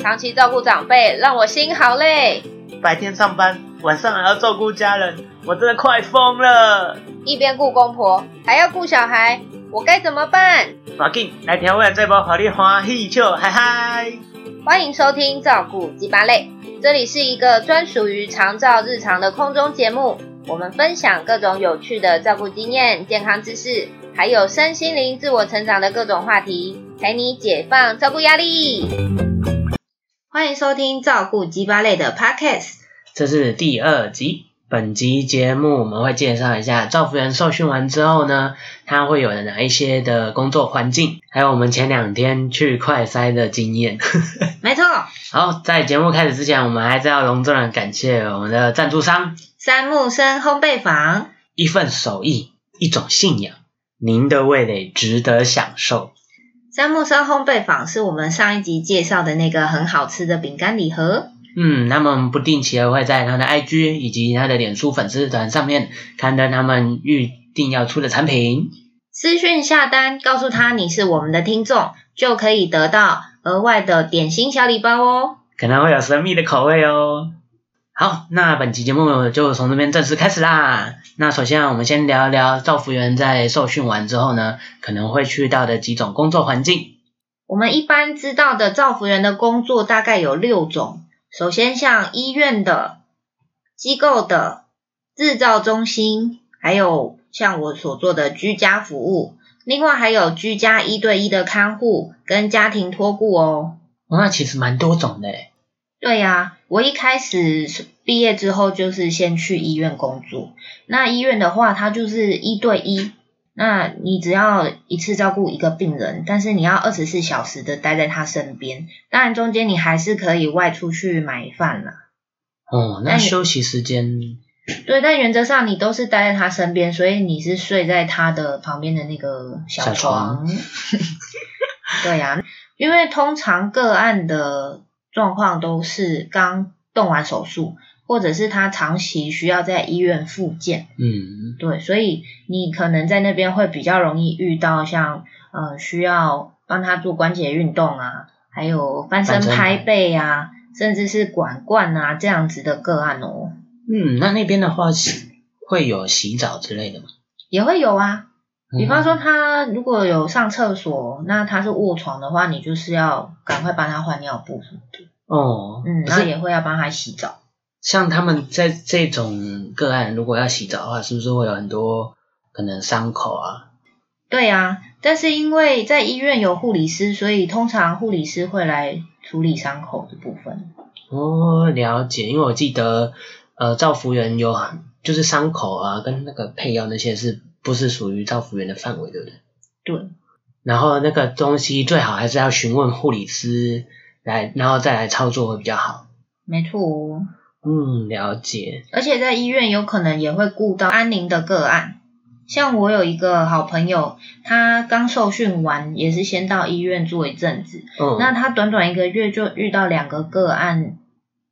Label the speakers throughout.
Speaker 1: 长期照顾长辈让我心好累，
Speaker 2: 白天上班，晚上还要照顾家人，我真的快疯了。
Speaker 1: 一边顾公婆还要顾小孩，我该怎么办？
Speaker 2: 马进来调味这包，好你欢喜笑，嗨嗨！
Speaker 1: 欢迎收听《照顾鸡巴类》，这里是一个专属于长照日常的空中节目，我们分享各种有趣的照顾经验、健康知识，还有身心灵自我成长的各种话题，陪你解放照顾压力。欢迎收听《照顾鸡巴类》的 Podcast。
Speaker 2: 这是第二集。本集节目我们会介绍一下照服员受训完之后呢，他会有哪一些的工作环境，还有我们前两天去快筛的经验。
Speaker 1: 没错，
Speaker 2: 好，在节目开始之前，我们还是要隆重的感谢我们的赞助商
Speaker 1: 三木生烘焙坊。
Speaker 2: 一份手艺，一种信仰，您的味蕾值得享受。
Speaker 1: 三木生烘焙坊是我们上一集介绍的那个很好吃的饼干礼盒。
Speaker 2: 嗯，他们不定期的会在他的 IG 以及他的脸书粉丝团上面刊登他们预定要出的产品。
Speaker 1: 私讯下单，告诉他你是我们的听众，就可以得到额外的点心小礼包哦。
Speaker 2: 可能会有神秘的口味哦。好，那本期节目就从这边正式开始啦。那首先啊我们先聊一聊照服员在受训完之后呢，可能会去到的几种工作环境。
Speaker 1: 我们一般知道的造福人的工作大概有六种，首先像医院的、机构的、制造中心，还有像我所做的居家服务，另外还有居家一对一的看护跟家庭托顾哦。
Speaker 2: 哦那其实蛮多种的诶。
Speaker 1: 对呀、我一开始是毕业之后就是先去医院工作。那医院的话，它就是一对一，那你只要一次照顾一个病人，但是你要二十四小时的待在他身边。当然中间你还是可以外出去买饭啦。
Speaker 2: 哦，那
Speaker 1: 那你
Speaker 2: 休息时间
Speaker 1: 对，但原则上你都是待在他身边，所以你是睡在他的旁边的那个小
Speaker 2: 小
Speaker 1: 床。 对呀、因为通常个案的状况都是刚动完手术，或者是他长期需要在医院复健，
Speaker 2: 嗯，
Speaker 1: 对，所以你可能在那边会比较容易遇到像呃需要帮他做关节运动啊，还有翻身
Speaker 2: 翻身
Speaker 1: 拍
Speaker 2: 拍
Speaker 1: 背啊，甚至是管灌啊这样子的个案哦，
Speaker 2: 嗯，那那边的话洗会有洗澡之类的吗？
Speaker 1: 也会有啊。比方说，
Speaker 2: 嗯，
Speaker 1: 他如果有上厕所，那他是卧床的话，你就是要赶快帮他换尿布什么的，
Speaker 2: 哦，
Speaker 1: 嗯，
Speaker 2: 可
Speaker 1: 然后
Speaker 2: 是
Speaker 1: 也会要帮他洗澡。
Speaker 2: 像他们在这种个案，如果要洗澡的话，是不是会有很多可能伤口啊？
Speaker 1: 对啊，但是因为在医院有护理师，所以通常护理师会来处理伤口的部分。
Speaker 2: 哦，了解，因为我记得，呃，照服员有就是伤口啊，跟那个配药那些是不是属于照服员的范围，对不对？
Speaker 1: 对，
Speaker 2: 然后那个东西最好还是要询问护理师来，然后再来操作会比较好。
Speaker 1: 没错哦。
Speaker 2: 嗯，了解。
Speaker 1: 而且在医院有可能也会顾到安宁的个案，像我有一个好朋友，他刚受训完，也是先到医院做一阵子，
Speaker 2: 嗯，
Speaker 1: 那他短短一个月就遇到两个个案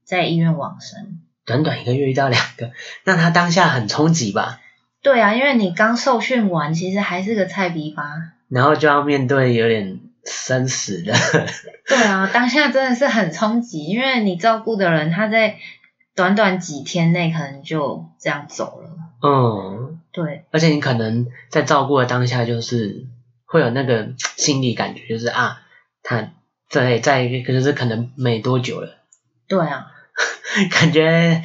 Speaker 1: 在医院往生。
Speaker 2: 短短一个月遇到两个，那他当下很冲击吧？
Speaker 1: 对啊，因为你刚受训完，其实还是个菜逼吧。
Speaker 2: 然后就要面对有点生死的。
Speaker 1: 对啊，当下真的是很冲击，因为你照顾的人他在短短几天内可能就这样走了。
Speaker 2: 嗯，
Speaker 1: 对
Speaker 2: 而且你可能在照顾的当下，就是会有那个心理感觉，就是啊，他对，在一个就是可能没多久了，
Speaker 1: 对啊，
Speaker 2: 感觉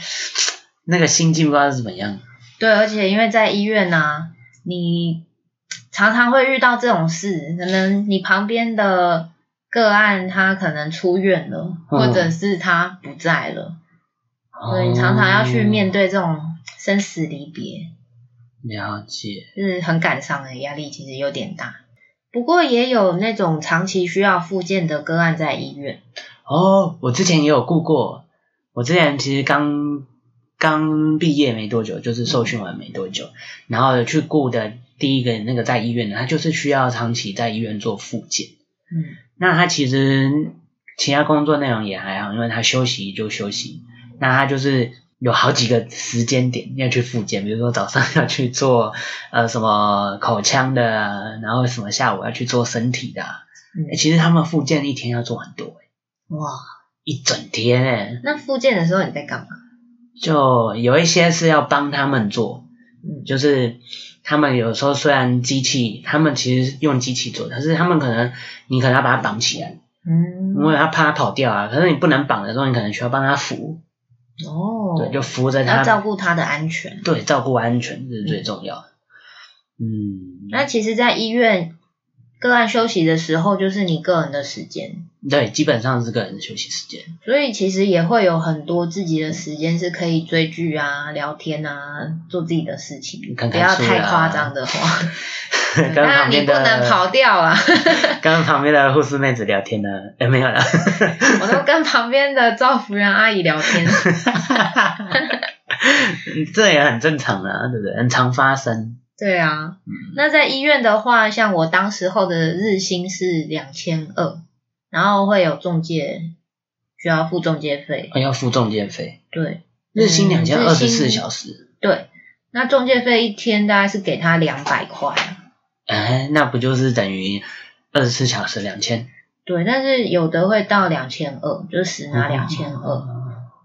Speaker 2: 那个心境不知道是怎么样。
Speaker 1: 对，而且因为在医院呐、啊你常常会遇到这种事，可能你旁边的个案他可能出院了，
Speaker 2: 嗯
Speaker 1: 或者是他不在了，所以你常常要去
Speaker 2: 哦
Speaker 1: 面对这种生死离别。
Speaker 2: 了解，
Speaker 1: 就是很感伤的，压力其实有点大。不过也有那种长期需要复健的个案在医院，
Speaker 2: 哦，我之前也有顾过，我之前其实刚刚毕业没多久，就是受训完没多久，然后有去顾的第一个那个在医院的，他就是需要长期在医院做复健。
Speaker 1: 嗯，
Speaker 2: 那他其实其他工作内容也还好，因为他休息就休息。那他就是有好几个时间点要去复健，比如说早上要去做呃什么口腔的，啊然后什么下午要去做身体的啊、
Speaker 1: 嗯，
Speaker 2: 欸其实他们复健一天要做很多、欸
Speaker 1: 哇，
Speaker 2: 一整天哎、
Speaker 1: 那复健的时候你在干嘛？
Speaker 2: 就有一些是要帮他们做，
Speaker 1: 嗯，
Speaker 2: 就是他们有时候虽然机器，他们其实用机器做，可是他们可能你可能要把它绑起来，
Speaker 1: 嗯
Speaker 2: 因为他怕他跑掉啊。可是你不能绑的时候，你可能需要帮他扶，
Speaker 1: 哦，
Speaker 2: 对，就扶着
Speaker 1: 要
Speaker 2: 他，嗯
Speaker 1: 照顾他的安全。
Speaker 2: 对，照顾安全这是最重要的。嗯，
Speaker 1: 那其实，在医院个案休息的时候，就是你个人的时间，
Speaker 2: 对，基本上是个人的休息时间。
Speaker 1: 所以其实也会有很多自己的时间是可以追剧啊、聊天啊、做自己的事情，
Speaker 2: 看看
Speaker 1: 不要
Speaker 2: 书
Speaker 1: 太
Speaker 2: 啊
Speaker 1: 夸张的话。
Speaker 2: 跟
Speaker 1: 当
Speaker 2: 旁
Speaker 1: 然你
Speaker 2: 边
Speaker 1: 不
Speaker 2: 的
Speaker 1: 能跑掉啊！
Speaker 2: 跟旁边的护士妹子聊天呢，哎，没有了。
Speaker 1: 我都跟旁边的照服员阿姨聊天。
Speaker 2: 这也很正常啊，对不对？很常发生。
Speaker 1: 对啊，
Speaker 2: 嗯
Speaker 1: 那在医院的话，像我当时候的日薪是两千二，然后会有中介需要付中介费，
Speaker 2: 要付中介费，
Speaker 1: 对，
Speaker 2: 日
Speaker 1: 嗯
Speaker 2: 薪两千二十四
Speaker 1: 日薪
Speaker 2: 小时，
Speaker 1: 对。那中介费一天大概是给他两百块啊，
Speaker 2: 哎，那不就是等于二十四小时两千？
Speaker 1: 对，但是有的会到两千二，就是实拿
Speaker 2: 哦
Speaker 1: 两千二。
Speaker 2: 二，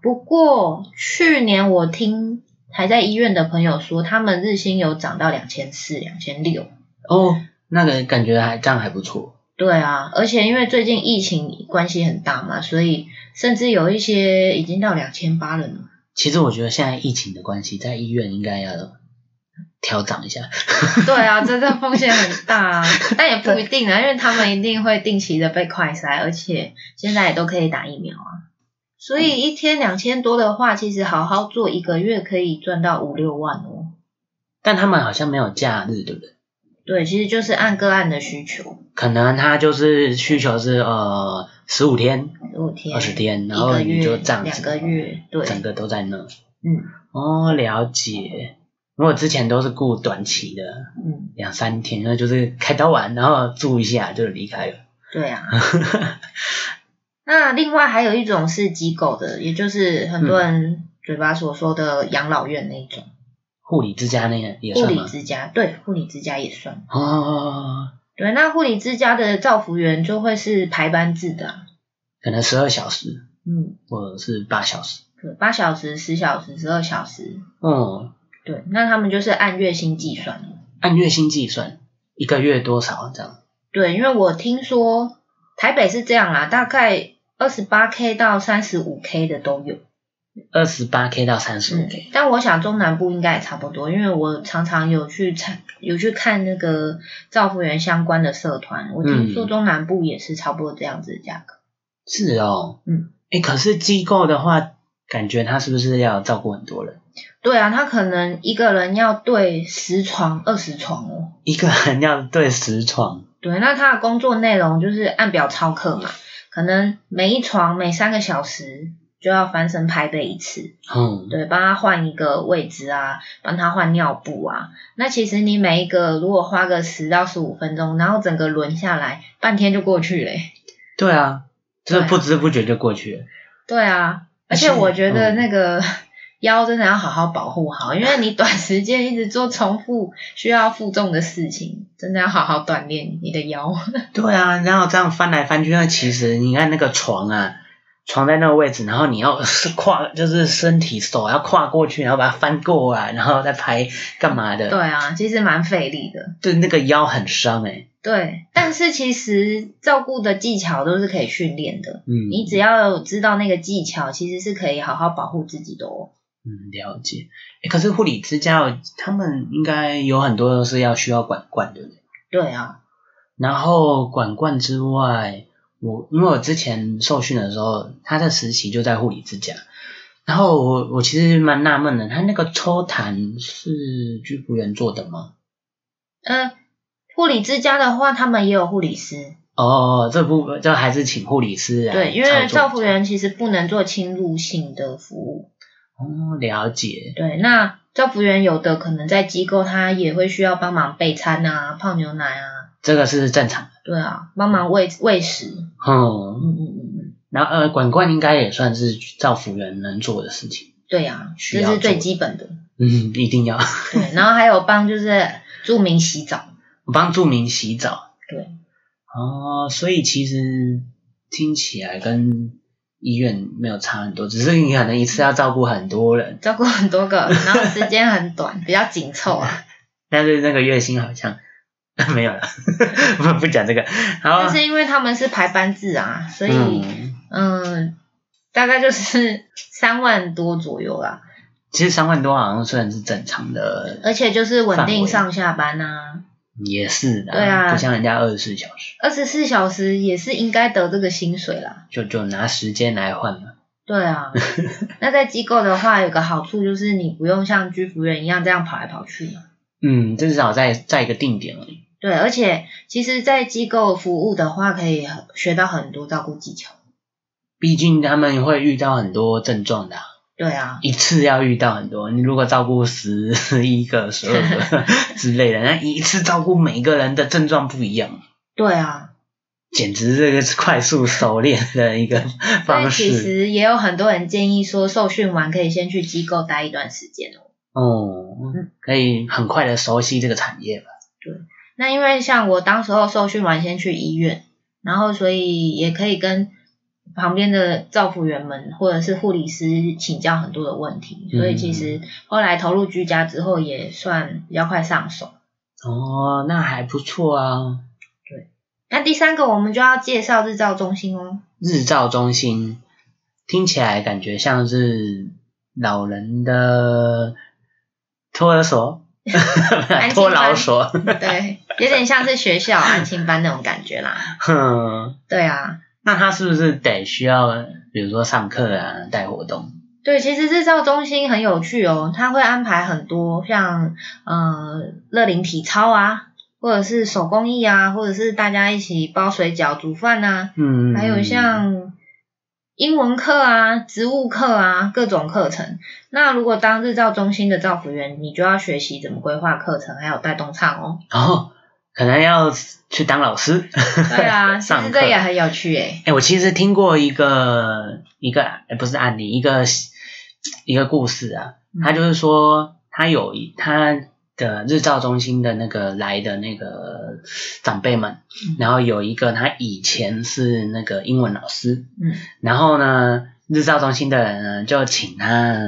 Speaker 1: 不过去年我听还在医院的朋友说，他们日薪有涨到两千四、两千六。
Speaker 2: 哦，那个感觉还这样还不错。
Speaker 1: 对啊，而且因为最近疫情关系很大嘛，所以甚至有一些已经到两千八了呢。
Speaker 2: 其实我觉得现在疫情的关系，在医院应该要调整一下。
Speaker 1: 对啊，这这风险很大 啊，但也不一定啊，因为他们一定会定期的被快筛，而且现在也都可以打疫苗啊。所以一天两千多的话，其实好好做一个月可以赚到五六万哦。
Speaker 2: 但他们好像没有假日，对不对？
Speaker 1: 对，其实就是按个案的需求。
Speaker 2: 可能他就是需求是呃十五天、
Speaker 1: 五天、
Speaker 2: 二十天，
Speaker 1: 一
Speaker 2: 然后
Speaker 1: 个
Speaker 2: 你就
Speaker 1: 月、
Speaker 2: 这样子
Speaker 1: 两个月，对，
Speaker 2: 整个都在那。
Speaker 1: 嗯
Speaker 2: 哦，了解。我之前都是雇短期的，
Speaker 1: 嗯，
Speaker 2: 两三天，那就是开刀完，然后住一下就离开了。
Speaker 1: 对啊。那另外还有一种是机构的，也就是很多人嘴巴所说的养老院那一种，
Speaker 2: 护理之家那个也
Speaker 1: 护
Speaker 2: 算
Speaker 1: 理
Speaker 2: 吗？
Speaker 1: 之家，对，护理之家也算。
Speaker 2: 哦，
Speaker 1: 对，那护理之家的照服员就会是排班制的啊、
Speaker 2: 可能十二小时
Speaker 1: 嗯，
Speaker 2: 或者是八小时。
Speaker 1: 对，八小时、十小时、十二小时，
Speaker 2: 哦，
Speaker 1: 对，那他们就是按月薪计算的。
Speaker 2: 按月薪计算，一个月多少这样？
Speaker 1: 对，因为我听说台北是这样啦，大概二十八 k 到三十五 k 的都有。
Speaker 2: 二十八 k 到三十五
Speaker 1: 嗯
Speaker 2: k，，
Speaker 1: 但我想中南部应该也差不多，因为我常常有去参有去看那个照护员相关的社团，我听说
Speaker 2: 嗯
Speaker 1: 中南部也是差不多这样子的价格。
Speaker 2: 是哦。
Speaker 1: 嗯，
Speaker 2: 哎，可是机构的话，感觉他是不是要照顾很多人？
Speaker 1: 对啊，他可能一个人要对十床、二十床哦。
Speaker 2: 一个人要对十床，
Speaker 1: 对，那他的工作内容就是按表操课嘛，可能每一床每三个小时就要翻身拍背一次，
Speaker 2: 嗯，
Speaker 1: 对，帮他换一个位置啊，帮他换尿布啊。那其实你每一个如果花个十到十五分钟，然后整个轮下来，半天就过去嘞、
Speaker 2: 对啊，这
Speaker 1: 对啊
Speaker 2: 不知不觉就过去了。
Speaker 1: 对啊，而且
Speaker 2: 而且
Speaker 1: 我觉得
Speaker 2: 嗯
Speaker 1: 那个腰真的要好好保护好，因为你短时间一直做重复需要负重的事情，真的要好好锻炼你的腰。
Speaker 2: 对啊，然后这样翻来翻去，那其实你看那个床啊，床在那个位置，然后你要是跨，就是身体手要跨过去，然后把它翻过来，然后再拍干嘛的？
Speaker 1: 对啊，其实蛮费力的。
Speaker 2: 对，那个腰很伤哎、
Speaker 1: 对，但是其实照顾的技巧都是可以训练的。
Speaker 2: 嗯，
Speaker 1: 你只要有知道那个技巧，其实是可以好好保护自己的哦。
Speaker 2: 嗯了解。哎，可是护理之家哦他们应该有很多都是要需要管灌，对不对？
Speaker 1: 对啊，
Speaker 2: 然后管灌之外，我因为我之前受训的时候，他的实习就在护理之家，然后我我其实蛮纳闷的，他那个抽痰是居服员做的吗？
Speaker 1: 嗯、护理之家的话，他们也有护理师。
Speaker 2: 哦，这部分就还是请护理师来
Speaker 1: 对，因为
Speaker 2: 操
Speaker 1: 照
Speaker 2: 作
Speaker 1: 护员其实不能做侵入性的服务。
Speaker 2: 哦了解，
Speaker 1: 对，那照护员有的可能在机构，他也会需要帮忙备餐啊、泡牛奶啊，
Speaker 2: 这个是正常的。
Speaker 1: 对啊，帮忙喂喂食。嗯
Speaker 2: 嗯，
Speaker 1: 嗯嗯嗯，
Speaker 2: 然后呃，管灌应该也算是照服员能做的事情。
Speaker 1: 对呀、啊，
Speaker 2: 需
Speaker 1: 这
Speaker 2: 要
Speaker 1: 是最
Speaker 2: 做
Speaker 1: 基本的。
Speaker 2: 嗯，一定要
Speaker 1: 对，然后还有帮就是住民洗澡，
Speaker 2: 帮住民洗澡。
Speaker 1: 对，
Speaker 2: 哦，所以其实听起来跟医院没有差很多，只是你可能一次要照顾很多人，
Speaker 1: 照顾很多个，然后时间很短，比较紧凑啊。
Speaker 2: 但是那个月薪好像 没有了，不不讲这个。好
Speaker 1: 但，是因为他们是排班制啊，所以
Speaker 2: 啊嗯，
Speaker 1: 嗯大概就是 三万多左右啦，
Speaker 2: 其实三万多好像算是正常的，
Speaker 1: 而且就是稳
Speaker 2: 范围
Speaker 1: 定上下班啊，
Speaker 2: 也是的，
Speaker 1: 对啊
Speaker 2: 不像人家二十四小时，
Speaker 1: 二十四小时也是应该得这个薪水啦。
Speaker 2: 就就拿时间来换嘛。
Speaker 1: 对 啊，那在机构的话，有个好处就是你不用像居服员一样这样跑来跑去嘛。
Speaker 2: 嗯，至少在在一个定点而已。
Speaker 1: 对，而且其实，在机构服务的话，可以学到很多照顾技巧。
Speaker 2: 毕竟他们会遇到很多症状的啊、
Speaker 1: 对啊，
Speaker 2: 一次要遇到很多。你如果照顾十 一个、十 二个之类的，那一次照顾每个人的症状不一样，
Speaker 1: 对啊，
Speaker 2: 简直这个是快速熟练的一个
Speaker 1: 所以
Speaker 2: 方
Speaker 1: 其
Speaker 2: 式。
Speaker 1: 实也有很多人建议说，受训完可以先去机构待一段时间哦。
Speaker 2: 哦，可以很快的熟悉这个产业吧。
Speaker 1: 那因为像我当时候受训完先去医院，然后所以也可以跟旁边的照护员们或者是护理师请教很多的问题，所以其实后来投入居家之后也算比较快上手。
Speaker 2: 哦，那还不错啊。
Speaker 1: 那第三个我们就要介绍日照中心哦。
Speaker 2: 日照中心听起来感觉像是老人的托 儿所
Speaker 1: 班，
Speaker 2: 托老所。
Speaker 1: 对，有点像是学校安亲班那种感觉啦。
Speaker 2: 哼，
Speaker 1: 对啊，
Speaker 2: 那他是不是得需要，比如说上课啊，带活动？
Speaker 1: 对，其实日照中心很有趣哦，它会安排很多像呃乐龄体操啊，或者是手工艺啊，或者是大家一起包水饺、煮饭啊，
Speaker 2: 嗯，
Speaker 1: 还有像英文课啊、植物课啊各种课程。那如果当日照中心的照服员，你就要学习怎么规划课程，还有带动唱哦。
Speaker 2: 然后可能要去当老师。
Speaker 1: 对啊，其
Speaker 2: 上
Speaker 1: 实
Speaker 2: 课
Speaker 1: 这也很有趣诶、
Speaker 2: 哎、我其实听过一个一个、呃不是案例，一个一个故事啊。
Speaker 1: 嗯
Speaker 2: 他就是说，他有一他的日照中心的那个来的那个长辈们，
Speaker 1: 嗯
Speaker 2: 然后有一个他以前是那个英文老师，
Speaker 1: 嗯
Speaker 2: 然后呢，日照中心的人呢就请他呢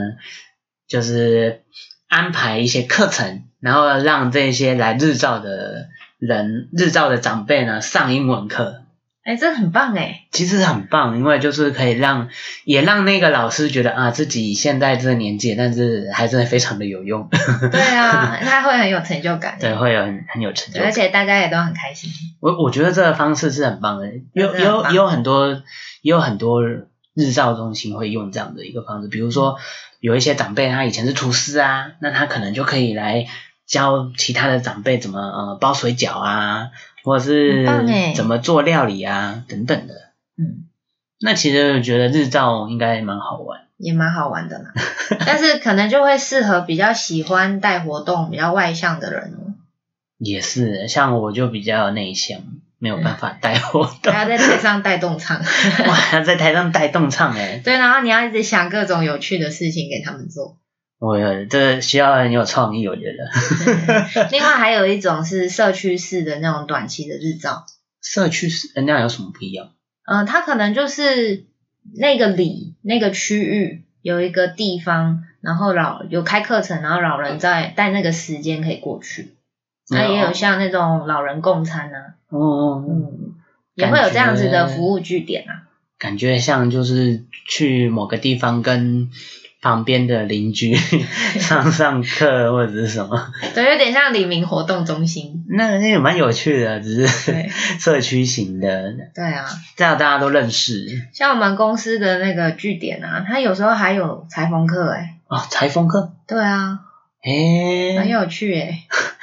Speaker 2: 就是安排一些课程，然后让这些来日照的人、日照的长辈呢上英文课，
Speaker 1: 哎、这很棒哎、
Speaker 2: 其实很棒，因为就是可以让也让那个老师觉得啊自己现在这个年纪，但是还真的非常的有用，
Speaker 1: 对啊，他会很有成就感。
Speaker 2: 对，哦会有很很有成就
Speaker 1: 对，而
Speaker 2: 感。
Speaker 1: 且大家也都很开心。
Speaker 2: 我我觉得这个方式是很棒的，
Speaker 1: 真的
Speaker 2: 有
Speaker 1: 很
Speaker 2: 有
Speaker 1: 棒
Speaker 2: 也有很多也有很多日照中心会用这样的一个方式，比如
Speaker 1: 嗯
Speaker 2: 说有一些长辈他以前是厨师啊，那他可能就可以来教其他的长辈怎么呃包水饺啊，或者
Speaker 1: 很
Speaker 2: 是
Speaker 1: 棒欸
Speaker 2: 怎么做料理啊等等的。
Speaker 1: 嗯，
Speaker 2: 那其实我觉得日照应该蛮好玩，
Speaker 1: 也蛮好玩的啦。但是可能就会适合比较喜欢带活动、比较外向的人哦。
Speaker 2: 也是像我就比较内向，没有
Speaker 1: 嗯
Speaker 2: 办法带活
Speaker 1: 还
Speaker 2: 动，
Speaker 1: 要在台上带动唱。
Speaker 2: 哇，在台上带动唱哎、欸，
Speaker 1: 对，然后你要一直想各种有趣的事情给他们做。
Speaker 2: 我有这需要很有创意，我觉得。
Speaker 1: 另外还有一种是社区式的那种短期的日照，
Speaker 2: 社区是呃那有什么不一样？
Speaker 1: 嗯、它可能就是那个里那个区域有一个地方，然后老有开课程，然后老人在带那个时间可以过去。那也有像那种老人共餐啊，
Speaker 2: 哦哦，哦
Speaker 1: 嗯，也会有这样子的服务据点啊。
Speaker 2: 感觉像就是去某个地方跟旁边的邻居 上上课或者是什么，
Speaker 1: 对，有点像李明活动中心。
Speaker 2: 那那也蛮有趣的，只是
Speaker 1: 对
Speaker 2: 社区型的，
Speaker 1: 对啊，
Speaker 2: 这样大家都认识
Speaker 1: 像我们公司的那个据点啊，它有时候还有裁缝课哎、
Speaker 2: 哦。裁缝课，
Speaker 1: 对啊，
Speaker 2: 诶，
Speaker 1: 很有趣哎、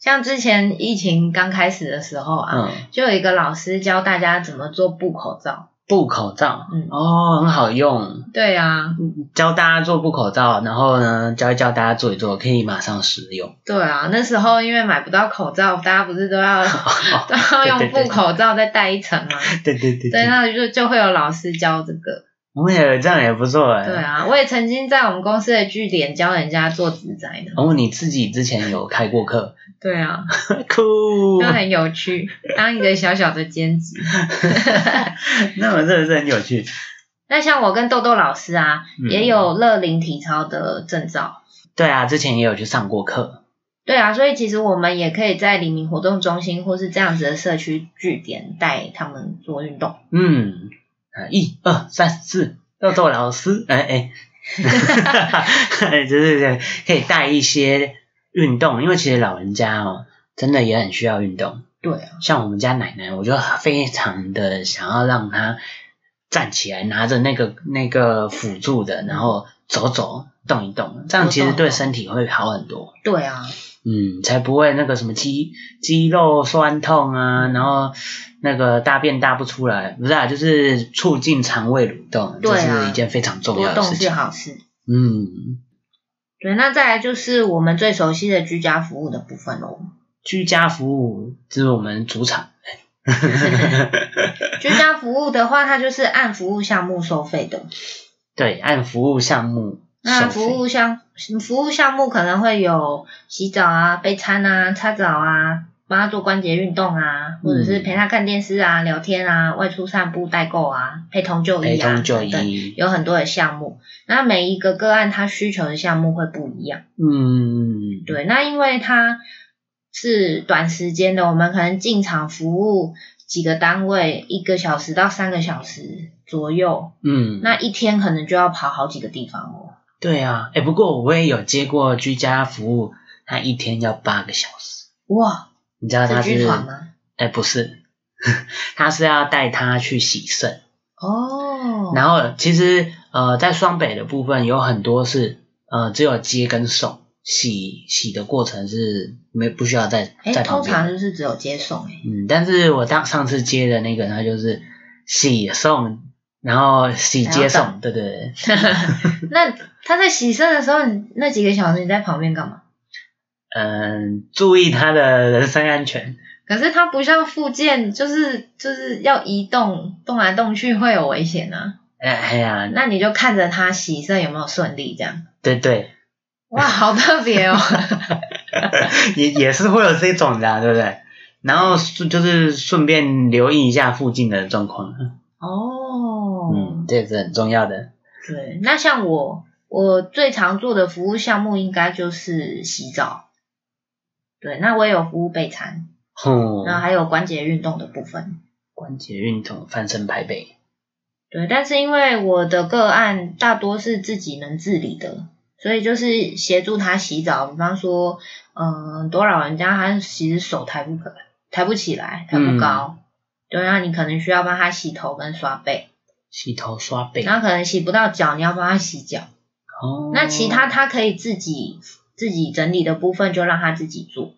Speaker 1: 像之前疫情刚开始的时候啊，
Speaker 2: 嗯，
Speaker 1: 就有一个老师教大家怎么做布口罩。
Speaker 2: 布口罩，
Speaker 1: 嗯
Speaker 2: 哦，很好用，
Speaker 1: 对啊，
Speaker 2: 教大家做布口罩，然后呢，教一教大家做一做，可以马上使用。
Speaker 1: 对啊，那时候因为买不到口罩，大家不是都要
Speaker 2: 哦
Speaker 1: 都要
Speaker 2: 对
Speaker 1: 用
Speaker 2: 对对
Speaker 1: 布口罩再戴一层吗？
Speaker 2: 对对对
Speaker 1: 对，那就就会有老师教这个。
Speaker 2: 我也这样也不错哎。
Speaker 1: 对。啊，我也曾经在我们公司的据点教人家做植栽呢。
Speaker 2: 然后你自己之前有开过课，
Speaker 1: 对啊，
Speaker 2: 酷
Speaker 1: 就。很有 趣，当一个小小的兼职。
Speaker 2: 那我真的是很有趣。
Speaker 1: 那像我跟豆豆老师啊，
Speaker 2: 嗯
Speaker 1: 也有乐龄体操的证照。
Speaker 2: 对啊，之前也有去上过课。
Speaker 1: 对啊，所以其实我们也可以在黎明活动中心或是这样子的社区据点带他们做运动。
Speaker 2: 嗯，啊一二三四，豆豆老师，哎 哎，就是这样可以带一些运动，因为其实老人家哦，真的也很需要运动。
Speaker 1: 对啊，
Speaker 2: 像我们家奶奶，我就非常的想要让她站起来，拿着那个那个辅助的，然后走走动一动，这样其实对身体会好很多。
Speaker 1: 对啊，
Speaker 2: 嗯，才不会那个什么肌肌肉酸痛啊，然后那个大便大不出来，不是啊，就是促进肠胃蠕动，
Speaker 1: 对
Speaker 2: 这
Speaker 1: 啊
Speaker 2: 是一件非常重
Speaker 1: 多
Speaker 2: 要的
Speaker 1: 动
Speaker 2: 事
Speaker 1: 是
Speaker 2: 情。
Speaker 1: 好事。
Speaker 2: 嗯，
Speaker 1: 对，那再来就是我们最熟悉的居家服务的部分喽。
Speaker 2: 居家服务这是我们主场，
Speaker 1: 居家服务的话，它就是按服务项目收费的。
Speaker 2: 对，按服务项目
Speaker 1: 那
Speaker 2: 收费。
Speaker 1: 服务项服务项目可能会有洗澡啊、备餐啊、擦澡啊、帮他做关节运动啊，或
Speaker 2: 嗯
Speaker 1: 者是陪他看电视啊、聊天啊、外出散步、代购啊、陪同就
Speaker 2: 陪
Speaker 1: 医啊
Speaker 2: 同就
Speaker 1: 等等，
Speaker 2: 医，
Speaker 1: 有很多的项目。那每一个个案他需求的项目会不一样。
Speaker 2: 嗯，
Speaker 1: 对，那因为它是短时间的，我们可能进场服务几个单位，一个小时到三个小时左右，
Speaker 2: 嗯，
Speaker 1: 那一天可能就要跑好几个地方哦。
Speaker 2: 对啊，哎，不过我也有接过居家服务，他一天要八个小时，
Speaker 1: 哇，
Speaker 2: 你知道他
Speaker 1: 是
Speaker 2: 是
Speaker 1: 居团？吗？
Speaker 2: 哎，不是， 他是要带他去洗肾，
Speaker 1: 哦，
Speaker 2: 然后其实呃，在双北的部分有很多是呃只有接跟送。洗洗的过程是没不需要在
Speaker 1: 哎，
Speaker 2: 在
Speaker 1: 通
Speaker 2: 旁边
Speaker 1: 常
Speaker 2: 的，
Speaker 1: 就是只有接送哎，
Speaker 2: 嗯，但是我当上次接的那个，他就是洗送，然后洗接
Speaker 1: 还要
Speaker 2: 送，对对对，
Speaker 1: 那他在洗肾的时候，你那几个小时你在旁边干嘛？
Speaker 2: 嗯，注意他的人身安全。
Speaker 1: 可是它不像附件，就是就是要移动，动来动去会有危险啊。
Speaker 2: 哎哎呀，
Speaker 1: 那你就看着他洗肾有没有顺利这样。
Speaker 2: 对对，
Speaker 1: 哇，好特别哦！
Speaker 2: 也也是会有这种的、啊，对不对？然后顺就是顺便留意一下附近的状况， 啊
Speaker 1: 哦，
Speaker 2: 嗯，这是很重要的。
Speaker 1: 对，那像我，我最常做的服务项目应该就是洗澡。对，那我也有服务备餐，
Speaker 2: 吼、
Speaker 1: 然后还有关节运动的部分。
Speaker 2: 关节运动、翻身排背，
Speaker 1: 对，但是因为我的个案大多是自己能自理的，所以就是协助他洗澡。比方说，嗯、多老人家他其实手抬不可，抬不起来，抬不高。对，那你可能需要帮他洗头跟刷背，
Speaker 2: 洗头、刷背。
Speaker 1: 然后可能洗不到脚，你要帮他洗脚。啊
Speaker 2: 哦，
Speaker 1: 那其他他可以自己自己整理的部分就让他自己做。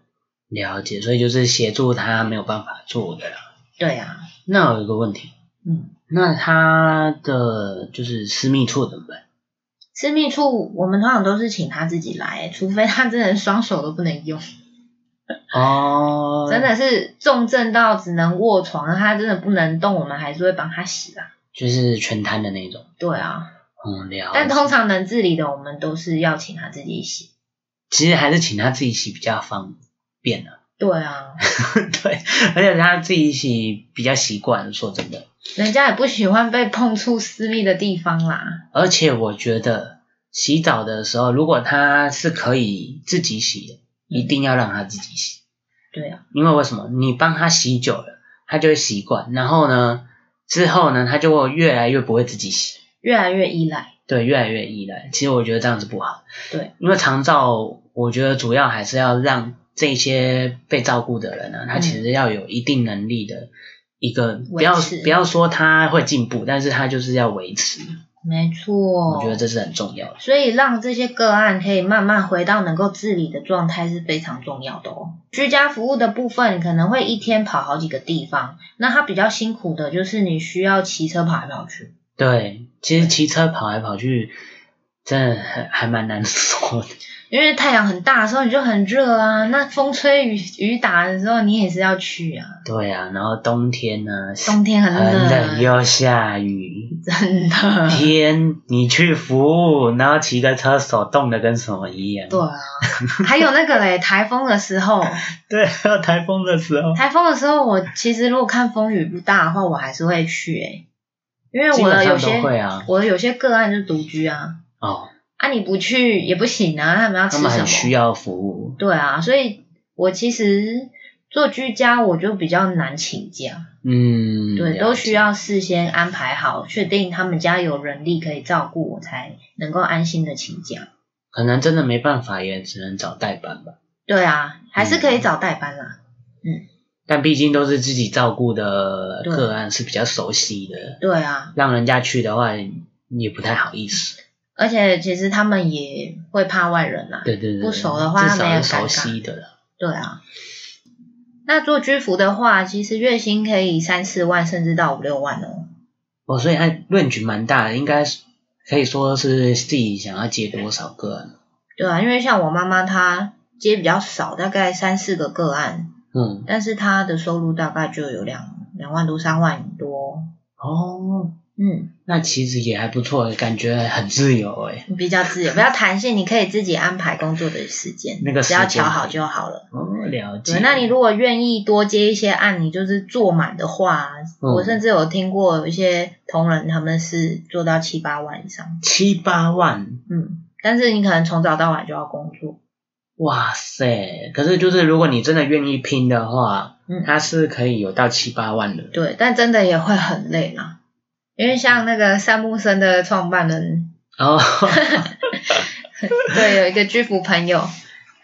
Speaker 2: 了解，所以就是协助他没有办法做的啦。
Speaker 1: 对啊，
Speaker 2: 那我有一个问题，
Speaker 1: 嗯，
Speaker 2: 那他的就是私密处怎么办？
Speaker 1: 私密处我们通常都是请他自己来，除非他真的双手都不能用，
Speaker 2: 哦，
Speaker 1: 真的是重症到只能卧床，他真的不能动，我们还是会帮他洗啊。
Speaker 2: 就是全瘫的那种。
Speaker 1: 对啊，
Speaker 2: 嗯，了解。
Speaker 1: 但通常能自理的，我们都是要请他自己洗。
Speaker 2: 其实还是请他自己洗比较方便啊。
Speaker 1: 对啊，
Speaker 2: 对，而且他自己洗比较习惯，说真的。
Speaker 1: 人家也不喜欢被碰触私密的地方啦。
Speaker 2: 而且我觉得洗澡的时候，如果他是可以自己洗的，一定要让他自己洗，
Speaker 1: 对啊，
Speaker 2: 因为为什么？你帮他洗久了，他就会习惯，然后呢，之后呢，他就会越来越不会自己洗。
Speaker 1: 越来越依赖。
Speaker 2: 对，越来越依赖。其实我觉得这样子不好。
Speaker 1: 对，
Speaker 2: 因为长照，我觉得主要还是要让这些被照顾的人啊，他其实要有一定能力的一个，不
Speaker 1: 嗯
Speaker 2: 要
Speaker 1: 维持
Speaker 2: 不要说他会进步，但是他就是要维持，
Speaker 1: 没错。
Speaker 2: 我觉得这是很重要的。
Speaker 1: 所以让这些个案可以慢慢回到能够自理的状态是非常重要的哦。居家服务的部分可能会一天跑好几个地方，那它比较辛苦的就是你需要骑车跑来跑去。
Speaker 2: 对，其实骑车跑来跑去，真的还还蛮难说的。
Speaker 1: 因为太阳很大的时候你就很热啊，那风吹雨雨打的时候你也是要去啊。
Speaker 2: 对啊，然后冬天呢，
Speaker 1: 冬天很
Speaker 2: 很
Speaker 1: 冷，
Speaker 2: 冷又下雨，
Speaker 1: 真的。
Speaker 2: 天，你去服务，然后骑个车手冻得跟什么一样。
Speaker 1: 对啊，还有那个 嘞，台风的时候，
Speaker 2: 对，还有台风的时候，
Speaker 1: 台风的时候，我其实如果看风雨不大的话，我还是会去诶、因为
Speaker 2: 基
Speaker 1: 我
Speaker 2: 本
Speaker 1: 的有
Speaker 2: 上
Speaker 1: 些
Speaker 2: 都会啊。
Speaker 1: 我的有些个案就独居啊，
Speaker 2: 哦，
Speaker 1: 啊你不去也不行啊，他们要吃什
Speaker 2: 他
Speaker 1: 么？
Speaker 2: 们很需要服务。
Speaker 1: 对啊，所以我其实做居家我就比较难请假，
Speaker 2: 嗯，
Speaker 1: 对，都需
Speaker 2: 要。
Speaker 1: 要事先安排好，确定他们家有人力可以照顾，我才能够安心的请假。
Speaker 2: 可能真的没办法，也只能找代班吧。
Speaker 1: 对啊，还是可以
Speaker 2: 嗯
Speaker 1: 找代班啦。
Speaker 2: 但毕竟都是自己照顾的
Speaker 1: 对
Speaker 2: 个案，是比较熟悉的，
Speaker 1: 对啊，
Speaker 2: 让人家去的话也不太好意思。
Speaker 1: 而且其实他们也会怕外人啦、
Speaker 2: 对对对，
Speaker 1: 不熟的话
Speaker 2: 至
Speaker 1: 没
Speaker 2: 少
Speaker 1: 有
Speaker 2: 是熟
Speaker 1: 尴尬
Speaker 2: 悉的了。
Speaker 1: 对啊。那做居服的话，其实月薪可以三四万，甚至到五六万哦。
Speaker 2: 哦，所以它论据蛮大的，应该是可以说是自己想要接多少个案。
Speaker 1: 对啊，因为像我妈妈她接比较少，大概三四个个案，
Speaker 2: 嗯，
Speaker 1: 但是她的收入大概就有两两万多、三万多。
Speaker 2: 哦，
Speaker 1: 嗯，
Speaker 2: 那其实也还不错，感觉很自由哎。
Speaker 1: 比较自由，比较弹性，你可以自己安排工作的时间，
Speaker 2: 那个时
Speaker 1: 只
Speaker 2: 间
Speaker 1: 要瞧好就好了。
Speaker 2: 哦，了解
Speaker 1: 对，。那你如果愿意多接一些案，你就是做满的话，
Speaker 2: 嗯
Speaker 1: 我甚至有听过有一些同仁他们是做到七八万以上，
Speaker 2: 七八万，
Speaker 1: 嗯，但是你可能从早到晚就要工作，
Speaker 2: 哇塞！可是就是如果你真的愿意拼的话，
Speaker 1: 嗯，
Speaker 2: 它是可以有到七八万的。
Speaker 1: 对，但真的也会很累啦，因为像那个三木生的创办人，
Speaker 2: 哦，
Speaker 1: 对，有一个居服朋友，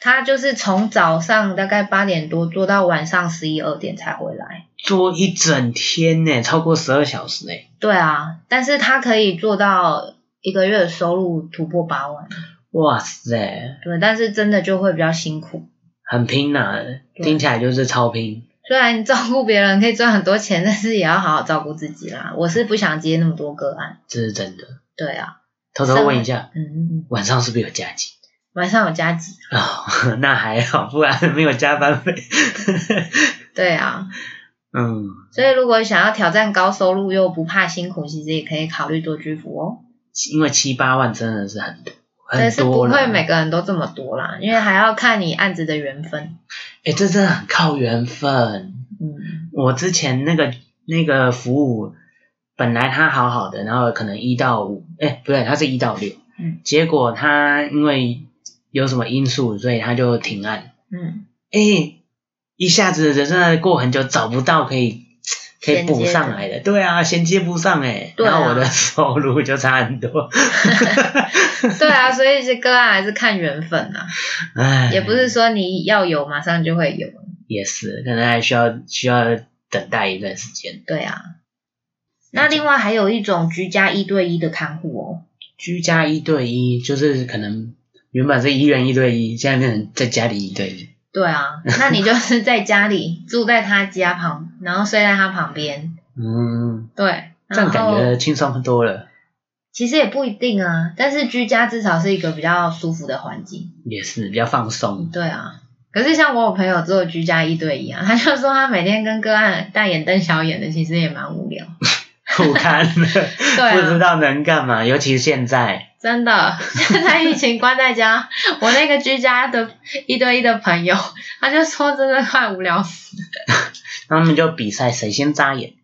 Speaker 1: 他就是从早上大概八点多做到晚上十一二点才回来，
Speaker 2: 做一整天呢，超过十二小时哎，
Speaker 1: 对啊，但是他可以做到一个月的收入突破八万。
Speaker 2: 哇塞，
Speaker 1: 对，但是真的就会比较辛苦。
Speaker 2: 很拼呐、
Speaker 1: 对
Speaker 2: 听起来就是超拼。
Speaker 1: 虽然照顾别人可以赚很多钱，但是也要好好照顾自己啦。我是不想接那么多个案。
Speaker 2: 这是真的。
Speaker 1: 对啊，
Speaker 2: 偷偷问一下，
Speaker 1: 嗯，
Speaker 2: 晚上是不是有加急？
Speaker 1: 晚上有加急。
Speaker 2: 哦，那还好，不然没有加班费。
Speaker 1: 对啊，
Speaker 2: 嗯，
Speaker 1: 所以如果想要挑战高收入又不怕辛苦，其实也可以考虑做居服哦。
Speaker 2: 因为七八万真的是很多，
Speaker 1: 但
Speaker 2: 很
Speaker 1: 是不
Speaker 2: 多了。
Speaker 1: 会每个人都这么多啦，因为还要看你案子的缘分。
Speaker 2: 哎，这真的很靠缘分。
Speaker 1: 嗯，
Speaker 2: 我之前那个那个服务，本来他好好的，然后可能一到五，哎，不对，他是一到六，
Speaker 1: 嗯，
Speaker 2: 结果他因为有什么因素，所以他就停案。
Speaker 1: 嗯，
Speaker 2: 哎、一下子人生过很久，找不到可以可以补上来的，对啊，衔接不上哎、
Speaker 1: 对啊
Speaker 2: 然后我的收入就差很多，
Speaker 1: 对啊，所以这个案还是看缘分啊，
Speaker 2: 哎，
Speaker 1: 也不是说你要有马上就会有。
Speaker 2: 也是，可能还需要需要等待一段时间。
Speaker 1: 对啊，那另外还有一种居家一对一的看护哦。
Speaker 2: 居家一对一就是可能原本是医院一对一，现在变成在家里一对一，
Speaker 1: 对啊，那你就是在家里住在他家旁，然后睡在他旁边。
Speaker 2: 嗯，
Speaker 1: 对，
Speaker 2: 这样
Speaker 1: 然
Speaker 2: 感
Speaker 1: 后
Speaker 2: 觉轻松多了，
Speaker 1: 其实也不一定啊，但是居家至少是一个比较舒服的环境。
Speaker 2: 也是比较放 松。
Speaker 1: 对啊，可是像我有朋友做居家一对一啊，他就说他每天跟个案大眼瞪小眼的，其实也蛮无聊。
Speaker 2: 不看了，
Speaker 1: 对啊
Speaker 2: 不知道能干嘛，尤其现在，
Speaker 1: 真的， 现在疫情关在家，我那个居家的一对一的朋友，他就说真的快无聊 死了。
Speaker 2: 他们就比赛谁先扎眼。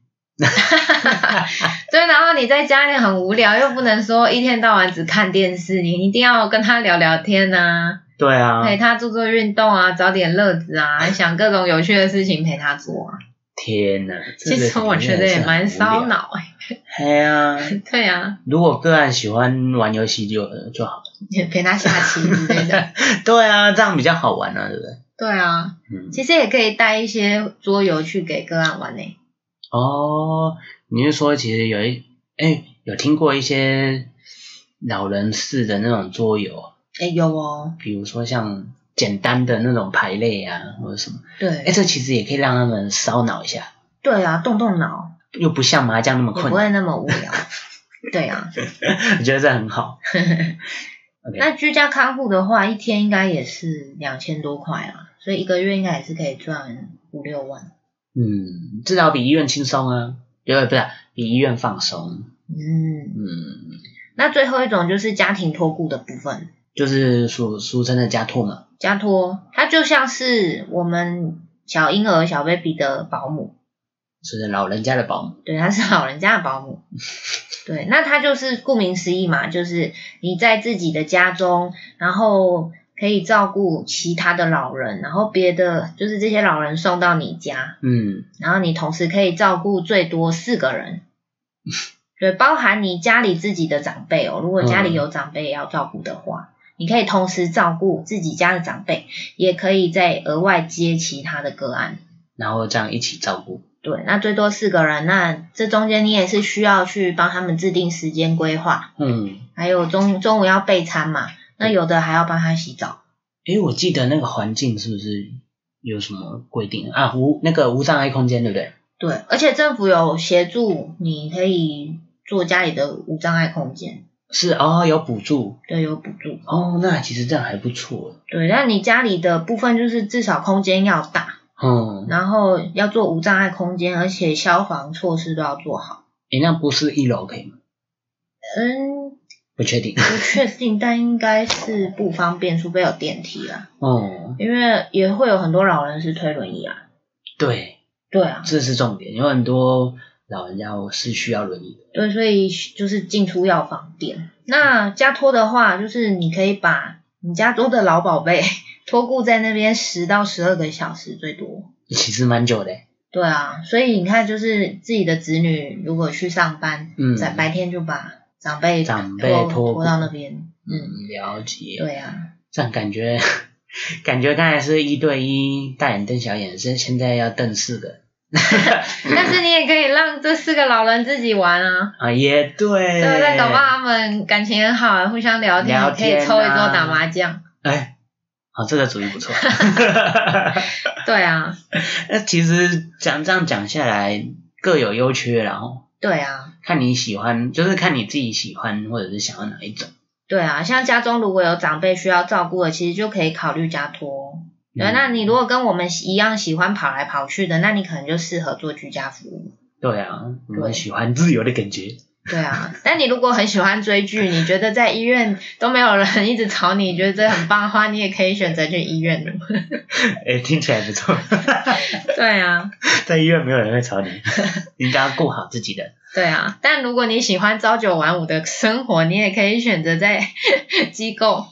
Speaker 1: 对，然后你在家里很无聊，又不能说一天到晚只看电视，你一定要跟他聊聊天呐、
Speaker 2: 对啊，
Speaker 1: 陪他做做运动啊，找点乐子啊，想各种有趣的事情陪他做啊。
Speaker 2: 天呐，
Speaker 1: 其实我觉得也蛮烧。脑哎、
Speaker 2: 哎呀、
Speaker 1: 对啊，
Speaker 2: 如果个案喜欢玩游戏就就好。
Speaker 1: 也陪他下棋之类的。
Speaker 2: 对啊，这样比较好玩啊，对不对？
Speaker 1: 对啊，
Speaker 2: 嗯。
Speaker 1: 其实也可以带一些桌游去给个案玩呢、欸
Speaker 2: 哦，你是说其实有一哎有听过一些老人式的那种桌游，
Speaker 1: 哎、有哦，
Speaker 2: 比如说像简单的那种排类啊，或者什么。
Speaker 1: 对
Speaker 2: 哎，，这其实也可以让他们烧脑一下，
Speaker 1: 对啊，动动脑。
Speaker 2: 又不像麻将那么
Speaker 1: 也
Speaker 2: 困
Speaker 1: 不
Speaker 2: 难。
Speaker 1: 会 那么无聊。对啊，
Speaker 2: 我觉得这很好。OK，
Speaker 1: 那居家看护的话，一天应该也是两千多块啊，所以一个月应该也是可以赚五六万。
Speaker 2: 嗯，至少比医院轻松啊，对，不是比医院放松。
Speaker 1: 嗯，
Speaker 2: 嗯，
Speaker 1: 那最后一种就是家庭托顾的部分，
Speaker 2: 就是俗俗称的家托嘛。
Speaker 1: 家托它就像是我们小婴儿、小 baby 的保姆，
Speaker 2: 是老人家的保姆，
Speaker 1: 对，他是老人家的保姆。对，那他就是顾名思义嘛，就是你在自己的家中，然后可以照顾其他的老人，然后别的就是这些老人送到你家，
Speaker 2: 嗯，
Speaker 1: 然后你同时可以照顾最多四个人，对，包含你家里自己的长辈哦。如果家里有长辈要照顾的话，你可以同时照顾自己家的长辈，也可以再额外接其他的个案。
Speaker 2: 然后这样一起照顾。
Speaker 1: 对，那最多四个人，那这中间你也是需要去帮他们制定时间规划，
Speaker 2: 嗯，
Speaker 1: 还有中中午要备餐嘛，那有的还要帮他洗澡。
Speaker 2: 诶，哎我记得那个环境是不是有什么规定啊？无那个无障碍空间，对不对？
Speaker 1: 对，而且政府有协助，你可以做家里的无障碍空间，
Speaker 2: 是哦，有补助
Speaker 1: 对，有补助。
Speaker 2: 哦，那其实这样还不错。
Speaker 1: 对，那你家里的部分就是至少空间要大，
Speaker 2: 嗯，
Speaker 1: 然后要做无障碍空间，而且消防措施都要做好。
Speaker 2: 诶，哎那不是一楼可以吗？
Speaker 1: 嗯，
Speaker 2: 不确定。
Speaker 1: 不确定，但应该是不方便，除非有电梯啦，
Speaker 2: 哦，
Speaker 1: 因为也会有很多老人是推轮椅啊。
Speaker 2: 对，
Speaker 1: 对啊，
Speaker 2: 这是重点，有很多老人家是需要轮椅的。
Speaker 1: 对，所以就是进出要方便。那家托的话，就是你可以把你家中的老宝贝 托顾在那边十到十二个小时最多。
Speaker 2: 其实蛮久的欸，
Speaker 1: 对啊，所以你看，就是自己的子女如果去上班，
Speaker 2: 嗯
Speaker 1: 在白天就把长辈
Speaker 2: 长
Speaker 1: 托
Speaker 2: 辈托
Speaker 1: 托
Speaker 2: 顾
Speaker 1: 到那边。嗯，
Speaker 2: 嗯，了解。
Speaker 1: 对啊，
Speaker 2: 这样感觉，感觉刚才是一对一大眼瞪小眼，是现在要瞪四个
Speaker 1: 但是你也可以让这四个老人自己玩啊。
Speaker 2: 啊，也对，啊
Speaker 1: 对，但搞不好他们感情很好，啊互相聊天，
Speaker 2: 聊
Speaker 1: 可以
Speaker 2: 天
Speaker 1: 抽一桌
Speaker 2: 啊
Speaker 1: 打麻将。
Speaker 2: 哎，好、这个主意 不错。
Speaker 1: 对啊，
Speaker 2: 那其实讲这样讲下来，各有优缺啦，然后
Speaker 1: 对啊。
Speaker 2: 看你喜欢，就是看你自己喜欢或者是想要哪一种。
Speaker 1: 对啊，像家中如果有长辈需要照顾的，其实就可以考虑家托。哦对，啊
Speaker 2: 嗯
Speaker 1: 那你如果跟我们一样喜欢跑来跑去的，那你可能就适合做居家服务。
Speaker 2: 对啊，我
Speaker 1: 对
Speaker 2: 们喜欢自由的感觉。
Speaker 1: 对啊，但你如果很喜欢追剧，你觉得在医院都没有人一直吵你，觉得这很棒的话，你也可以选择去医院了。
Speaker 2: 哎，听起来不错，
Speaker 1: 对啊，
Speaker 2: 在医院没有人会 吵你，你刚刚顾好自己的。
Speaker 1: 对啊。但如果你喜欢朝九晚五的生活，你也可以选择在 机构。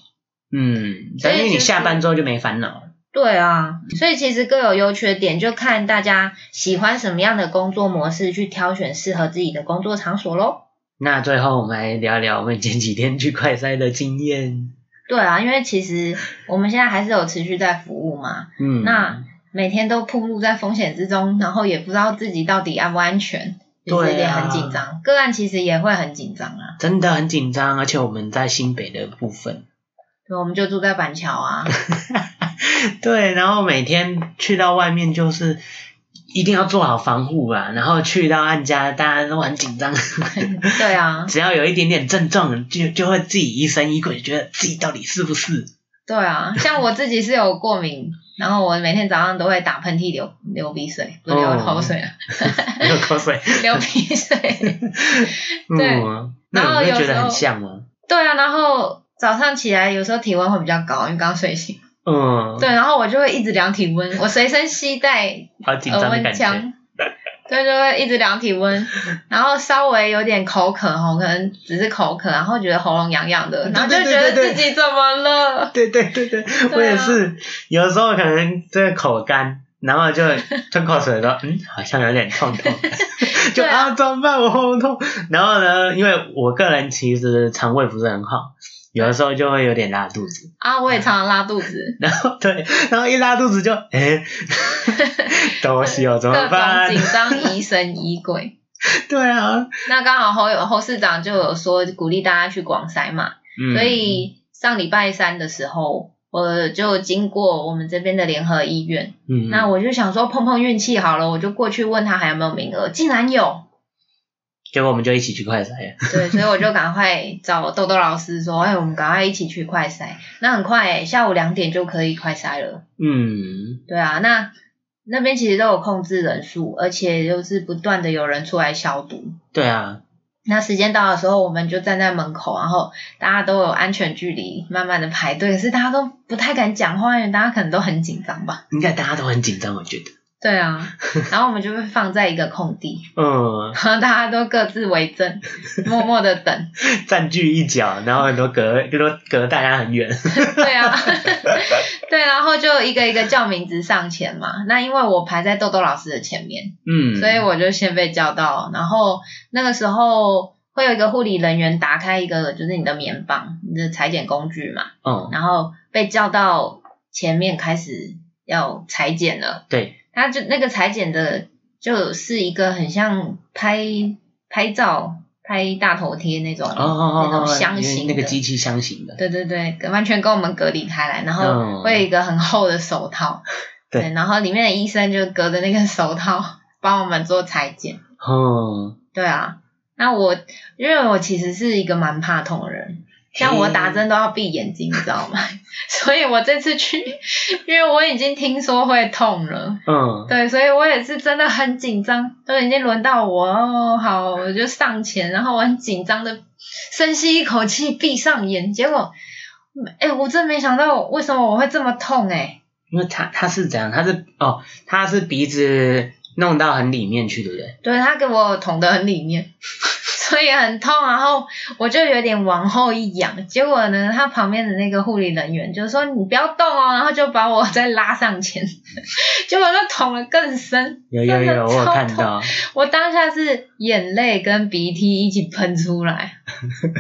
Speaker 2: 嗯，
Speaker 1: 所以
Speaker 2: 但是
Speaker 1: 就
Speaker 2: 你
Speaker 1: 是
Speaker 2: 下班之后就没烦恼了。
Speaker 1: 对啊，所以其实各有优缺点，就看大家喜欢什么样的工作模式，去挑选适合自己的工作场所喽。
Speaker 2: 那最后我们来聊聊我们前几天去快筛的经验。
Speaker 1: 对啊，因为其实我们现在还是有持续在服务嘛，
Speaker 2: 嗯，
Speaker 1: 那每天都暴露在风险之中，然后也不知道自己到底安不安全，有这一
Speaker 2: 对
Speaker 1: 点
Speaker 2: 啊
Speaker 1: 很紧张。个案其实也会很紧张啊，
Speaker 2: 真的很紧张，而且我们在新北的部分，
Speaker 1: 对我们就住在板桥啊，
Speaker 2: 对，然后每天去到外面就是一定要做好防护啊，然后去到按家大家都很紧张，
Speaker 1: 对啊，
Speaker 2: 只要有一点点症状就就会自己疑神疑鬼，觉得自己到底是不是？
Speaker 1: 对啊，像我自己是有过 敏，然后我每天早上都会打喷嚏、流流鼻水，不是流
Speaker 2: 哦
Speaker 1: 口水啊，
Speaker 2: 流口水，
Speaker 1: 流鼻水。对
Speaker 2: 嗯，那你
Speaker 1: 然后有
Speaker 2: 会觉
Speaker 1: 时
Speaker 2: 得
Speaker 1: 候
Speaker 2: 很像吗？
Speaker 1: 对啊，然后早上起来有时候体温会比较高，因为刚睡醒。
Speaker 2: 嗯，
Speaker 1: 对，然后我就会一直量体温，我随身携带
Speaker 2: 好紧
Speaker 1: 额
Speaker 2: 张的
Speaker 1: 温
Speaker 2: 感觉，
Speaker 1: 枪，对，就会一直量体 温，然后稍微有点口渴哦，可能只是口渴，然后觉得喉咙痒痒的，然后就觉得
Speaker 2: 对对对
Speaker 1: 自己怎么了？
Speaker 2: 对对对对，我
Speaker 1: 对啊
Speaker 2: 也是，有时候可能这个口干，然后就吞口水的时候，嗯，好像有点痛痛，就
Speaker 1: 对啊
Speaker 2: 啊怎么办？我喉咙痛。然后呢，因为我个人其实肠胃不是很好，有的时候就会有点拉肚子，
Speaker 1: 啊，我也常常拉肚子，
Speaker 2: 然后对，然后一拉肚子就哎， 东西哦怎
Speaker 1: 各
Speaker 2: 么
Speaker 1: 种
Speaker 2: 办
Speaker 1: 紧？张疑神疑鬼。
Speaker 2: 对啊，
Speaker 1: 那刚好侯有侯市长就有说鼓励大家去广筛嘛，
Speaker 2: 嗯
Speaker 1: 所以上礼拜三的时候，我就经过我们这边的联合医院，
Speaker 2: 嗯，
Speaker 1: 那我就想说碰碰运气好了，我就过去问他还有没有名额，竟然有，
Speaker 2: 结果我们就一起去快筛了。
Speaker 1: 对，所以我就赶快找豆豆老师说，哎，我们赶快一起去快筛。那很快、哎，下午两点就可以快筛了。
Speaker 2: 嗯，
Speaker 1: 对啊，那那边其实都有控制人数，而且就是不断的有人出来消毒。
Speaker 2: 对啊，
Speaker 1: 那时间到的时候，我们就站在门口，然后大家都有安全距离，慢慢的排队。可是大家都不太敢讲话，因为大家可能都很紧张吧。
Speaker 2: 应该大家都很紧张，我觉得。
Speaker 1: 对啊，然后我们就被放在一个空地，
Speaker 2: 嗯，
Speaker 1: 然后大家都各自为政，默默的等。
Speaker 2: 占据一角，然后很多隔，都隔大家很远。
Speaker 1: 对啊， 对，然后就一个一个叫名字上前嘛。那因为我排在豆豆老师的前面，
Speaker 2: 嗯，
Speaker 1: 所以我就先被叫到。然后那个时候会有一个护理人员打开一个就是你的棉棒，你的裁剪工具嘛，
Speaker 2: 嗯，
Speaker 1: 然后被叫到前面开始要裁剪了。
Speaker 2: 对，
Speaker 1: 他就那个裁剪的，就是一个很像拍拍照、拍大头贴那种、
Speaker 2: 哦哦
Speaker 1: 那
Speaker 2: 哦
Speaker 1: 种
Speaker 2: 哦，
Speaker 1: 箱
Speaker 2: 因为
Speaker 1: 型的
Speaker 2: 那个机器箱型 的，
Speaker 1: 对对对，跟完全跟我们隔离开来，然
Speaker 2: 嗯
Speaker 1: 后会有一个很厚的手套，
Speaker 2: 对
Speaker 1: 然后里面的医生就隔着那个手套 帮我们做裁剪。
Speaker 2: 嗯，
Speaker 1: 对啊，那我因为我其实是一个蛮怕痛的人，像我打针都要闭眼睛，你知道吗？ 所以我这次去，因为我已经听说会痛了。
Speaker 2: 嗯，
Speaker 1: 对，所以我也是真的很紧张，都已经轮到我哦，好，我就上前，然后我很紧张的深吸一口气，闭上眼，结果，哎、我真没想到为什么我会这么痛、哎，
Speaker 2: 因为它它是怎样？它是哦，它是鼻子弄到很里面去，对不对？
Speaker 1: 对他给我捅的很里面， 所以很痛，然后我就有点往后一仰，结果呢，他旁边的那个护理人员就说你不要动哦，然后就把我再拉上前， 结果就捅的更深，
Speaker 2: 有有
Speaker 1: 真的
Speaker 2: 有，我有
Speaker 1: 超
Speaker 2: 看
Speaker 1: 痛
Speaker 2: 到，
Speaker 1: 我当下是眼泪跟鼻涕一起喷出来，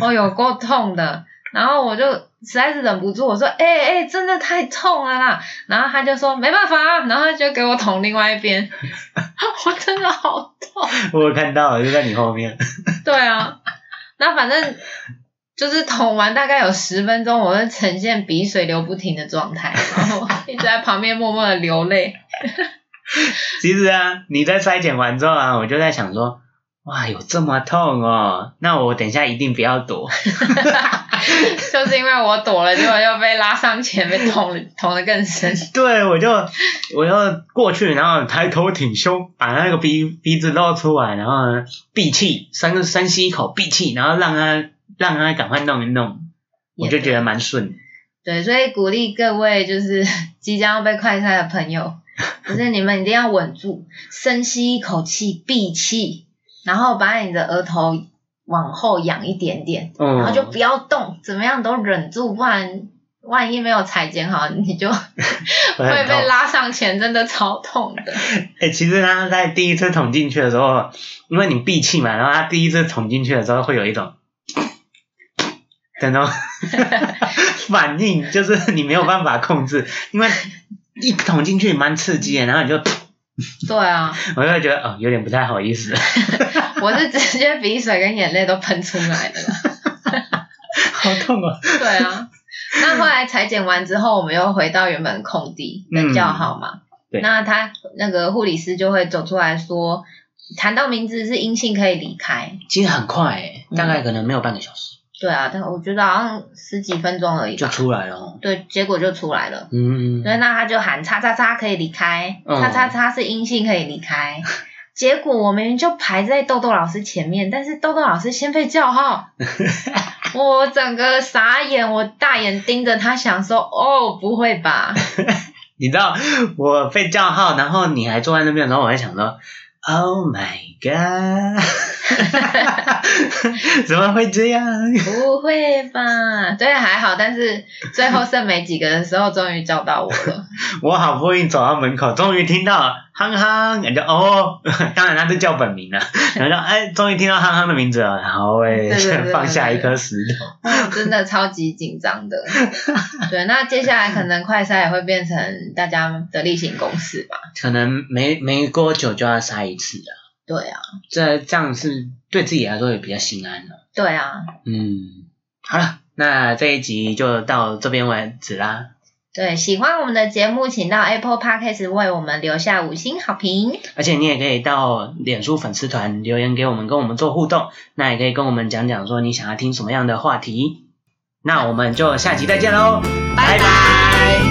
Speaker 1: 哦，有够痛的。然后我就实在是忍不住，我说：“哎、哎、真的太痛了啦！”然后他就说：“没办法啊、然后就给我捅另外一边， 我真的好痛。
Speaker 2: 我有看到，就在你后 面。
Speaker 1: 对啊，那反正就是捅完大概有十分钟，我会呈现鼻水流不停的状态，然后一直在旁边默默的流泪。
Speaker 2: 其实啊，你在筛检完之后啊，我就在想说，哇，有这么痛哦？那我等一下一定不要躲。
Speaker 1: 就是因为我躲了，结果又被拉上前，被捅了捅得更深。
Speaker 2: 对，我就我就过去，然后抬头挺胸，把那个鼻鼻子露出来，然后呢闭气，深深吸一口，闭气，然后让它让它赶快弄一弄，我就觉得蛮顺的。
Speaker 1: 对，所以鼓励各位就是 即将要被快筛的朋友，就是你们一定要稳住，深吸一口气，闭气，然后把你的额头往后仰一点点，
Speaker 2: 嗯，
Speaker 1: 然后就不要动，怎么样都忍住，不然万一没有裁剪好，你就
Speaker 2: 会
Speaker 1: 会
Speaker 2: 很痛
Speaker 1: 被拉上前，真的超痛的。
Speaker 2: 哎、其实他在第一次捅进去的时候，因为你闭气嘛，然后他第一次捅进去的时候会有一种 的那种反应，就是你没有办法控制，因为一捅进去蛮刺激的，然后你就
Speaker 1: 对啊，
Speaker 2: 我就会觉得哦有点不太好意思，
Speaker 1: 我是直接鼻水跟眼泪都喷出来的啦。
Speaker 2: 好痛哦。
Speaker 1: 对啊，那后来裁剪完之后，我们又回到原本空地的叫号嘛。
Speaker 2: 嗯对
Speaker 1: 那他那个护理师就会走出来说，谈到名字是阴性可以离开。
Speaker 2: 其实很快、欸，
Speaker 1: 嗯
Speaker 2: 大概可能没有半个小时
Speaker 1: 对啊，但我觉得好像十几分钟而已
Speaker 2: 就
Speaker 1: 吧。
Speaker 2: 出来了哦。
Speaker 1: 对，结果就出来了。
Speaker 2: 嗯，
Speaker 1: 对，那他就喊叉叉叉可以离开，
Speaker 2: 嗯
Speaker 1: 叉叉叉是阴性可以离开。结果我明明就排在豆豆老师前面，但是豆豆老师先被叫号，我整个傻眼，我大眼盯着他，想说哦，不会吧？
Speaker 2: 你知道我被叫号，然后你还坐在那边，然后我还想说，Oh my god，怎么会这样？
Speaker 1: 不会吧？对，还好，但是最后剩没几个的时候，终于叫到我了。
Speaker 2: 我好不容易走到门口，终于听到憨憨，感觉哦， 当然他是叫本名 了，然后说哎，终于听到憨憨的名字了，然后哎
Speaker 1: 对对 对对
Speaker 2: 放下一颗石头，
Speaker 1: 哦真的超级紧张的。对，那接下来可能快筛也会变成大家的例行公事吧？
Speaker 2: 可能没没多久就要杀一次了，
Speaker 1: 对啊，
Speaker 2: 这这样是对自己来说也比较心安了。
Speaker 1: 对啊，
Speaker 2: 嗯，好了，那这一集就到这边为止啦。
Speaker 1: 对，喜欢我们的节目，请到 Apple Podcast 为我们留下五星好评。
Speaker 2: 而且你也可以到脸书粉丝团留言给我们，跟我们做互动。那也可以跟我们讲讲说你想要听什么样的话题。那我们就下期再见喽，拜拜